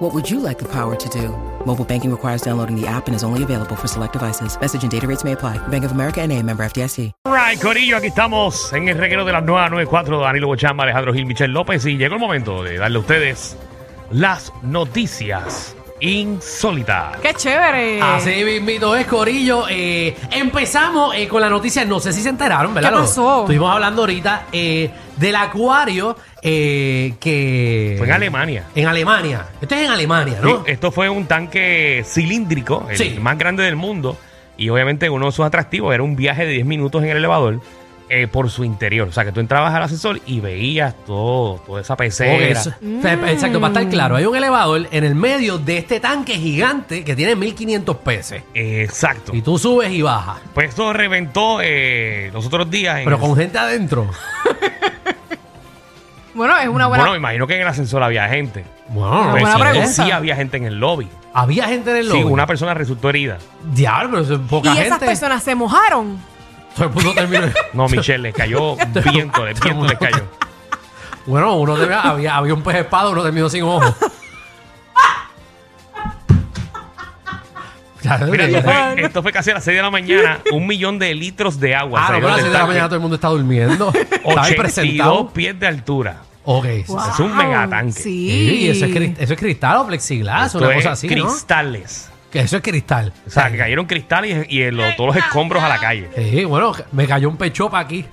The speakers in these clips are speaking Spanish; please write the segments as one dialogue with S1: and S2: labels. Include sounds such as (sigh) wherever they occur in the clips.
S1: What would you like the power to do? Mobile banking requires downloading the app and is only available for select devices. Message and data rates may apply. Bank of America and a member FDIC.
S2: All right, Corillo, aquí estamos en el reguero de las 994. Danilo Bochamba, Alejandro Gil, Michel López. Y llegó el momento de darle a ustedes las noticias insólitas.
S3: ¡Qué chévere!
S4: Así mismito es, Corillo. Eh, empezamos eh, con la noticia. No sé si se enteraron, ¿verdad?
S3: ¿Qué pasó?
S4: estuvimos hablando ahorita eh, del acuario eh, que...
S2: Fue en Alemania.
S4: En Alemania. Esto es en Alemania, ¿no?
S2: Sí, eh, Esto fue un tanque cilíndrico, el
S4: Sí.
S2: más grande del mundo. Y obviamente uno de sus atractivos era un viaje de 10 minutos en el elevador eh, por su interior. O sea, que tú entrabas al ascensor y veías todo, toda esa pecera.
S4: Ok, eso- o sea, Exacto, para estar claro. Hay un elevador en el medio de este tanque gigante que tiene 1500 peces.
S2: Eh, Exacto.
S4: Y tú subes y bajas.
S2: Pues eso reventó eh, los otros días. En
S4: Pero
S2: el-
S4: con gente adentro.
S3: Bueno, es
S4: Ah,
S3: una buena.
S2: Bueno, me imagino que en el ascensor había gente.
S4: Bueno,
S3: Pero
S2: Pues
S3: buena
S2: sí,
S3: pregunta.
S2: sí había gente en el lobby.
S4: había gente Ah, en el lobby.
S2: Sí, una persona resultó herida.
S4: Diablo, pero eso es poca
S3: y
S4: gente.
S3: esas personas se mojaron.
S4: Todo el mundo terminó-
S3: (laughs)
S4: (laughs)
S2: No, Michelle, le cayó viento, le viento le cayó.
S4: Bueno, uno terminó- había, había un pez espada, uno terminó sin ojo. (laughs) Claro,
S2: Mira,
S4: mira,
S2: esto fue, esto fue casi a las 6 de la mañana, un millón de litros de agua.
S4: Ah, no, pero a
S2: salieron
S4: las seis
S2: del
S4: de la
S2: tanque.
S4: mañana todo el mundo
S2: (laughs)
S4: está durmiendo. Está ahí
S2: 82
S4: presentado.
S2: pies de altura.
S4: Ok.
S2: Es un megatanque.
S3: Sí.
S4: Sí, eso es, cri- eso es cristal o plexiglas,
S2: Esto
S4: una
S2: es
S4: cosa así, ¿no?
S2: cristales.
S4: Que Eso es cristal.
S2: O sea, que cayeron cristales y, y lo- todos los escombros a la calle.
S4: Sí, bueno, me cayó un
S3: (laughs)
S4: pechopa aquí.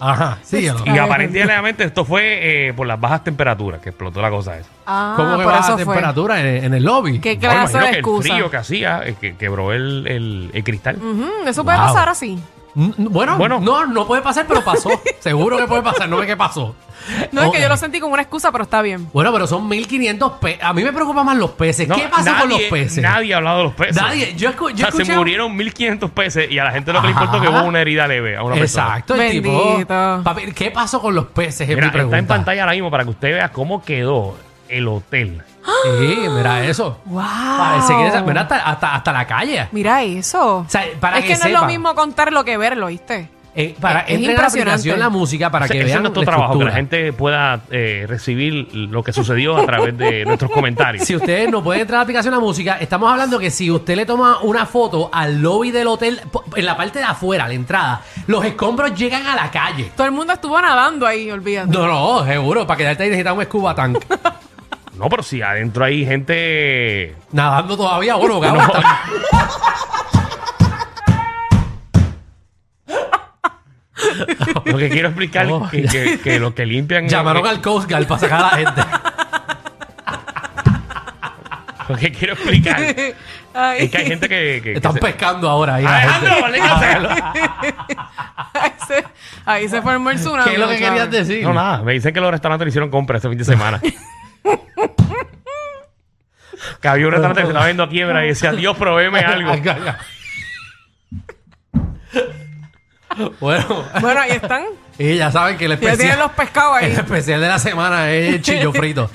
S4: Ajá, sí, ¿no?
S2: Y aparentemente esto fue eh, por las bajas temperaturas que explotó la cosa esa.
S3: Ah,
S4: ¿Cómo que
S3: por
S4: baja la
S3: eso fue.
S4: temperatura en, en el lobby?
S3: Qué
S2: No,
S3: clase
S2: imagino
S3: de
S2: que el
S3: excusa.
S2: frío que hacía eh, que, quebró el, el- el cristal.
S3: Ujú, eso puede
S4: Wow.
S3: pasar así.
S4: Mm, Bueno,
S2: Bueno.
S4: no, no puede pasar, pero
S2: (laughs)
S4: pasó. Seguro que puede pasar, no ve qué pasó.
S3: No es
S4: Ok.
S3: que yo lo sentí como una excusa, pero está bien.
S4: Bueno, pero son 1500 pesos. A mí me preocupan más los peces.
S2: No,
S4: ¿Qué pasa con los peces?
S2: Nadie ha hablado de los peces.
S4: Nadie. Yo, escu- yo
S2: O sea,
S4: escuché-
S2: se murieron 1.500 peces y a la gente lo que le importó que
S4: Ajá.
S2: hubo una herida leve a una persona.
S4: Exacto, el tipo.
S3: Bendito.
S4: Papi, ¿Qué pasó con los peces? Es
S2: Mira,
S4: mi
S2: está
S4: pregunta.
S2: en pantalla ahora mismo para que usted vea cómo quedó el hotel.
S4: Sí, mira eso.
S3: ¡Wow!
S4: Parece que esa- mira, hasta, hasta, hasta la calle.
S3: Mira eso.
S4: O sea, para
S3: es
S4: que
S3: que, no es
S4: sepan.
S3: lo mismo contarlo que verlo, ¿viste?
S4: Eh, para,
S3: Es- es
S4: entre la
S3: impresionante.
S4: aplicación, la música, para
S2: Ese-
S4: que
S2: ese
S4: vean
S2: es nuestro
S4: la
S2: trabajo, que la
S4: estructura.
S2: gente pueda eh, recibir lo que sucedió a través
S4: (laughs)
S2: de nuestros comentarios.
S4: Si ustedes no pueden entrar a la aplicación de la música, estamos hablando que si usted le toma una foto al lobby del hotel, po- en la parte de afuera, la entrada, los escombros llegan a la calle.
S3: Todo el mundo estuvo nadando ahí, olvídate. (laughs)
S4: No, no, seguro, para quedarte ahí necesitas un
S2: (laughs)
S4: scuba tank.
S2: No, pero si adentro hay gente...
S4: Nadando todavía, bueno, cabrón.
S2: No. Lo que quiero explicar es
S4: Oh.
S2: que, que- que los que limpian...
S4: Llamaron al Coast Guard para sacar a la gente.
S2: Lo que quiero explicar
S3: Ay,
S2: es que hay gente que... que- que
S4: Están
S2: se-
S4: pescando ahora ahí. la
S2: ¡Alejandro,
S4: gente.
S2: alíngase!
S3: (laughs) ahí, se, ahí se formó el tsunami.
S4: ¿Qué es lo que
S3: ¿sabes?
S4: querías decir?
S2: No, nada. Me dicen que los restaurantes le hicieron compra este fin de
S4: (laughs)
S2: semana. que había un restaurante que se estaba viendo a quiebra y decía, Dios,
S4: (laughs)
S2: proveeme algo.
S4: bueno,
S3: Bueno, ahí están.
S4: y ya saben que el
S3: Ya tienen los
S4: especial,
S3: pescados ahí.
S4: (laughs) el especial de la semana es el chillo
S3: (laughs)
S4: frito.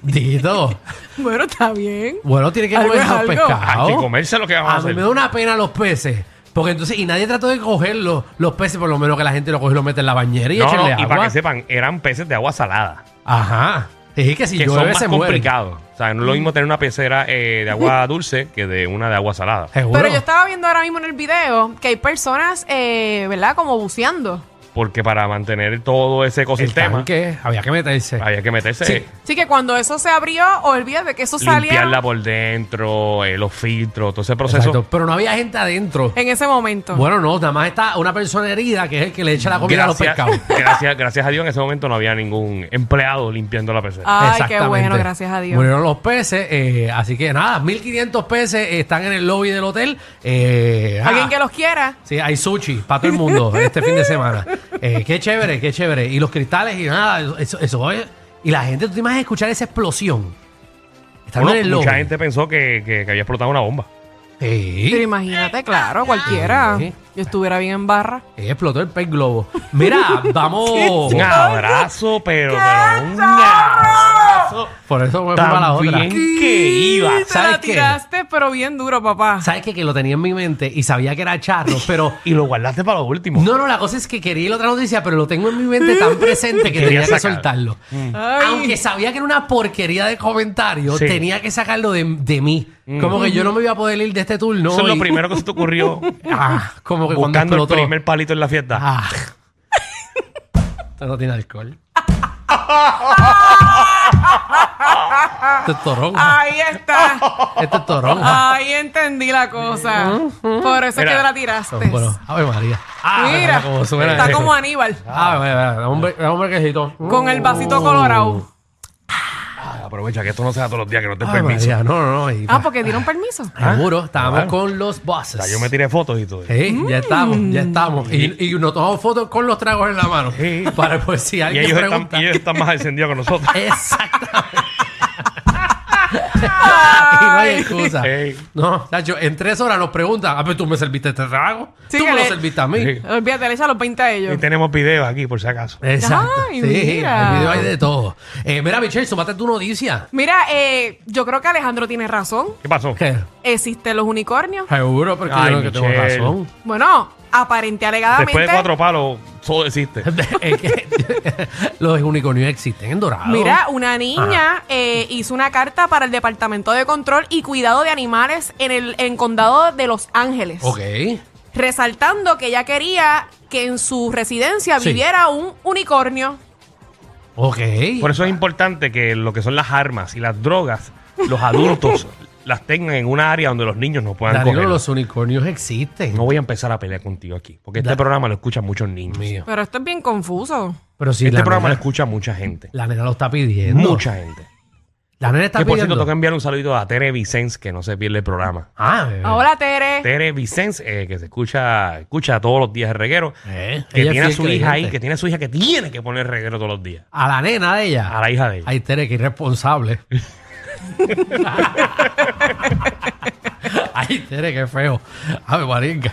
S4: Dito.
S3: Bueno, está bien.
S4: Bueno, tiene que
S3: Algo
S4: comer
S3: es
S4: esos
S3: algo.
S4: pescados.
S2: Hay que comerse lo que vamos a
S4: A mí
S2: hacer.
S4: me da una pena los peces. Porque entonces, y nadie trató de coger los, los peces, por lo menos que la gente lo coge y lo mete en la bañera y
S2: No, no,
S4: echenle
S2: y
S4: agua.
S2: para que sepan, eran peces de agua salada.
S4: Ajá. Es que si
S2: Que son
S4: llueve
S2: más
S4: se muere. Mm.
S2: complicados. O sea, no es lo mismo tener una pecera eh, de
S4: (laughs)
S2: agua dulce que de una de agua salada.
S4: Seguro.
S3: Pero yo estaba viendo ahora mismo en el video que hay personas, eh, ¿verdad? Como buceando.
S2: Porque para mantener todo ese
S4: el
S2: ecosistema,
S4: tanque, había que meterse.
S2: había que meterse, eh,
S4: Sí.
S3: Así que cuando eso se abrió, olvídate que eso
S2: limpiarla
S3: salía
S2: por dentro, eh, los filtros, todo ese proceso.
S4: Exacto. Pero no había gente adentro.
S3: en ese momento.
S4: Bueno, no, nada más está una persona herida que es el que le echa la comida
S2: Oh, Gracias, (laughs)
S4: a los pescados.
S2: gracias, gracias a Dios en ese momento no había ningún empleado limpiando la pecera.
S3: Ay, qué
S4: Exactamente.
S3: bueno, gracias a Dios.
S4: Murieron los peces, eh, así que nada, 1500 peces están en el lobby del hotel. eh,
S3: Alguien
S4: ah.
S3: que los quiera.
S4: Sí, hay sushi para todo
S3: (laughs)
S4: el mundo este fin de semana. Eh, qué chévere, qué chévere. Y los cristales y nada, eso, eso, eso es- Y la gente, tú te imaginas escuchar esa explosión. Están
S2: Bueno,
S4: en el
S2: mucha
S4: lobby.
S2: gente pensó que, que- que había explotado una bomba.
S4: Sí.
S3: Pero imagínate, claro, cualquiera.
S4: Sí.
S3: Yo estuviera bien en barra.
S4: eh, Explotó el pez globo.
S3: (laughs)
S4: Mira, vamos.
S2: Un abrazo, pero, pero un abrazo.
S4: Por eso me fui para la
S2: Tan
S4: otra.
S2: bien que iba.
S3: Y Te
S4: ¿Sabes
S3: la
S4: qué?
S3: tiraste, pero bien duro, papá.
S4: ¿Sabes qué? Que lo tenía en mi mente y sabía que era charro,
S3: (laughs)
S4: pero.
S2: Y lo guardaste para lo último.
S4: No, no, la cosa es que quería ir a otra noticia, pero lo tengo en mi mente tan presente
S2: (laughs)
S4: que
S2: Quería
S4: tenía que
S2: sacar. Mm.
S4: soltarlo.
S3: Ay.
S4: Aunque sabía que era una porquería de comentario,
S2: Sí. Mm.
S4: tenía que sacarlo de, de mí. Como que yo no me iba a poder ir de este turno.
S2: Eso es
S4: y-
S2: lo primero que se te ocurrió
S4: (laughs) Ah, como que
S2: buscando
S4: cuando
S2: el
S4: explotó.
S2: primer palito en la fiesta.
S4: Ah. Esto no tiene alcohol. Esto es toronja.
S3: Ahí
S4: (laughs)
S3: está.
S4: Esto es toronja.
S3: Ahí entendí la cosa. Por eso es que
S2: Mira.
S3: te la tiraste.
S4: Bueno, Ave María. Ave María,
S3: Mira,
S4: como suena
S3: está
S4: eso.
S3: como Aníbal,
S4: Ave María, María, dame un bre- dame un brequecito.
S3: con el vasito
S4: Uh.
S3: colorado.
S2: Ah, Aprovecha que esto no sea todos los días, que no te
S4: Ave
S2: permiso.
S4: María, no, no, no. y- pues,
S3: Ah, porque Ah. dieron permiso.
S4: Seguro, estábamos
S2: claro.
S4: con los
S2: O
S4: bosses.
S2: sea, yo me tiré fotos y todo.
S4: Sí, ya estamos, ya
S3: Mm.
S4: estamos. Y, y nos tomamos fotos con los tragos en la mano.
S2: Sí.
S4: Para pues si
S2: Y
S4: alguien
S2: ellos están,
S4: pregunta.
S2: y ellos están más encendidos que nosotros.
S4: (laughs) Exactamente. (laughs) y no hay excusa.
S2: Ey.
S4: No, Nacho, en tres horas nos preguntan, ah, pero tú me serviste este trago.
S3: Sí,
S4: tú
S3: que
S4: me lo
S3: le-
S4: serviste a mí.
S2: Sí.
S3: Olvídate, le echa los 20 a ellos.
S2: Y tenemos videos aquí, por si acaso.
S4: Exacto.
S3: Ay,
S4: sí,
S3: mira.
S4: en el video hay de todo. Eh, mira, Michelle, sumate tu noticia.
S3: Mira, eh, yo creo que Alejandro tiene razón.
S2: ¿Qué pasó?
S4: ¿Qué?
S3: Existen los unicornios.
S4: Seguro, porque
S2: Ay,
S4: yo creo que tengo
S2: Michelle.
S4: razón.
S3: Bueno, aparente alegadamente.
S2: Después de cuatro palos, todo existe.
S4: (laughs) Es que (laughs) los unicornios existen en dorado.
S3: Mira, una niña eh, hizo una carta para el Departamento de Control y Cuidado de Animales en el en Condado de Los Ángeles.
S4: Ok.
S3: Resaltando que ella quería que en su residencia
S4: Sí.
S3: viviera un unicornio.
S4: Ok.
S2: Por eso es importante que lo que son las armas y las drogas, los
S4: (laughs)
S2: adultos las tengan en una área donde los niños no puedan
S4: Danilo,
S2: coger.
S4: los unicornios existen.
S2: No voy a empezar a pelear contigo aquí, porque este
S4: Da-
S2: programa lo escuchan muchos niños.
S4: Mío.
S3: Pero esto es bien confuso.
S4: Pero si
S2: este
S4: la,
S2: programa lo
S4: nena,
S2: escucha mucha gente.
S4: la nena lo está pidiendo.
S2: Mucha gente.
S4: La nena está
S2: Que por
S4: pidiendo.
S2: cierto, tengo que enviar un saludo a Tere Vicens, que no se pierde el programa.
S4: Ah, bebé.
S3: Hola, Tere.
S2: Tere Vicens, eh, que se escucha, escucha todos los días el reguero,
S4: Eh,
S2: que
S4: ella
S2: tiene
S4: es
S2: a
S4: fiel
S2: su hija ahí,
S4: creyente.
S2: que tiene a su hija que tiene que poner reguero todos los días.
S4: A la nena de ella.
S2: A la hija de ella.
S4: Ay, Tere,
S2: (laughs)
S4: que irresponsable. Ay, Tere, qué feo. A ver, Marinka.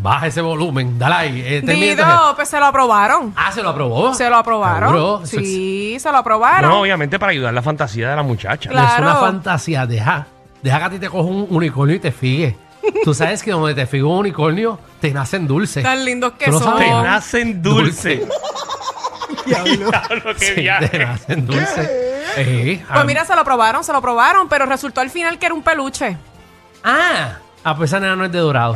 S4: Baja ese volumen. Dale ahí. eh, termina de hacer-
S3: Dido, pues se lo aprobaron.
S4: Ah, se lo aprobó.
S3: Se lo aprobaron.
S4: Seguro. Eso es-
S3: Sí, se lo aprobaron.
S2: No, obviamente para ayudar la fantasía de la muchacha.
S3: Claro.
S4: Es una fantasía. Deja, deja que a ti te coja un unicornio y te figue. Tú sabes que donde te figue un unicornio, te nacen dulces.
S3: Tan lindos que
S4: Tú no
S2: Te
S3: son.
S4: sabes nada.
S2: nacen dulce.
S3: (laughs)
S2: Diablo, qué
S4: Sí,
S2: viaje.
S4: te nacen dulces. Eh,
S3: Pues
S4: ah,
S3: mira, se lo aprobaron, se lo aprobaron, pero resultó al final que era un peluche.
S4: Ah, a pesar de no es de dorado.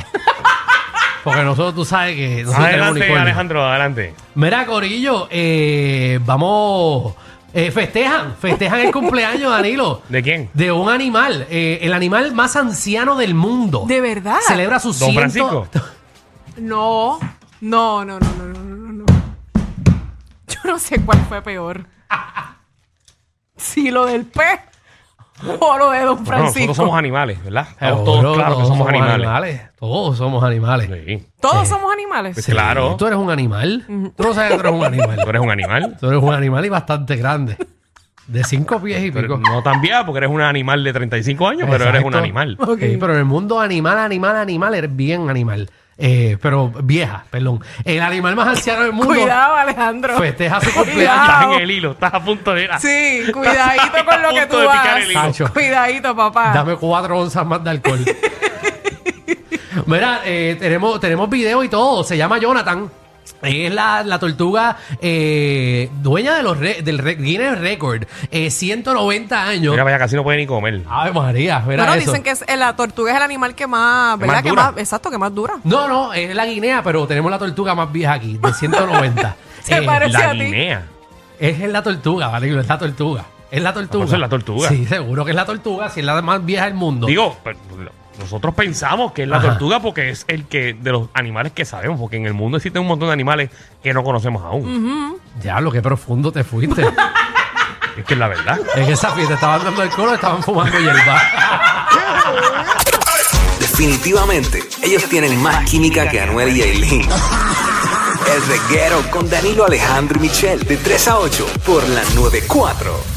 S4: Porque nosotros tú sabes que nosotros tenemos
S2: Adelante,
S4: unicornio.
S2: Alejandro, adelante.
S4: Mira, Corillo, eh, vamos. eh, festejan, festejan el cumpleaños, Danilo.
S2: ¿De quién?
S4: De un animal, eh, el animal más anciano del mundo.
S3: ¿De verdad?
S4: Celebra sus
S2: Don
S4: 100
S2: Francisco.
S4: (laughs)
S3: No, no, no, no, no, no, no, no. Yo no sé cuál fue peor. Si lo del pez o lo de
S2: Bueno,
S3: Don
S2: nosotros
S3: Francisco.
S2: somos animales, ¿verdad? Estamos
S4: Seguro,
S2: todos claros que somos animales.
S4: Todos somos animales.
S2: Sí.
S3: Todos somos animales.
S4: pues,
S2: Sí. Claro.
S4: Tú eres un animal. Tú no sabes que tú eres un
S2: Tú (laughs)
S4: animal.
S2: eres un
S4: (laughs)
S2: animal.
S4: Tú eres un animal y bastante grande. De cinco pies y
S2: Tú eres-
S4: pico.
S2: no tan viejo porque eres un animal de 35 años, pero eres un
S4: Exacto. (laughs)
S2: animal.
S4: Ok, pero en el mundo animal, animal, animal, eres bien animal. Eh, pero vieja, perdón. El animal más anciano del mundo
S3: Cuidado, Alejandro.
S4: festeja su cumpleaños.
S3: Cuidado.
S2: Estás en el hilo, estás a punto de ir a-
S3: Sí, cuidadito con lo
S2: A
S3: que
S2: punto
S3: tú
S2: de picar el
S3: vas.
S4: hilo.
S3: Cuidadito, papá.
S4: Dame cuatro onzas más
S3: (laughs)
S4: de alcohol. Mira, eh, tenemos, tenemos video y todo. Se llama Jonathan. Es la, la tortuga eh, dueña de los re- del re- Guinness Record. Eh, 190 años.
S2: Mira, vaya, casi no puede ni comer.
S3: Ah,
S4: Ay, María, mira
S3: Bueno,
S4: eso.
S3: dicen que es- eh, la tortuga es el animal que más, ¿verdad? que
S2: dura.
S3: más, exacto, que más dura.
S4: No, no, es la Guinea, pero tenemos la tortuga más vieja aquí, de 190.
S3: (laughs) Se
S4: Eh,
S3: parece
S2: La
S3: a ti.
S2: guinea.
S4: Es en la tortuga, Valerio, es la tortuga. Es la
S2: por
S4: tortuga.
S2: eso es la tortuga.
S4: Sí, seguro que es la tortuga, si es la más vieja del mundo.
S2: Digo, pero nosotros pensamos que es la
S4: Ajá.
S2: tortuga porque es el que de los animales que sabemos, porque en el mundo existen un montón de animales que no conocemos aún.
S4: Diablo, qué profundo te
S3: (laughs)
S4: fuiste.
S2: Es que es la verdad.
S4: en esa fiesta estaban dando alcohol, estaban fumando hierba.
S5: Definitivamente, ellos tienen más química que Anuel y Aileen. El reguero con Danilo Alejandro y Michel de 3 a 8 por la 94.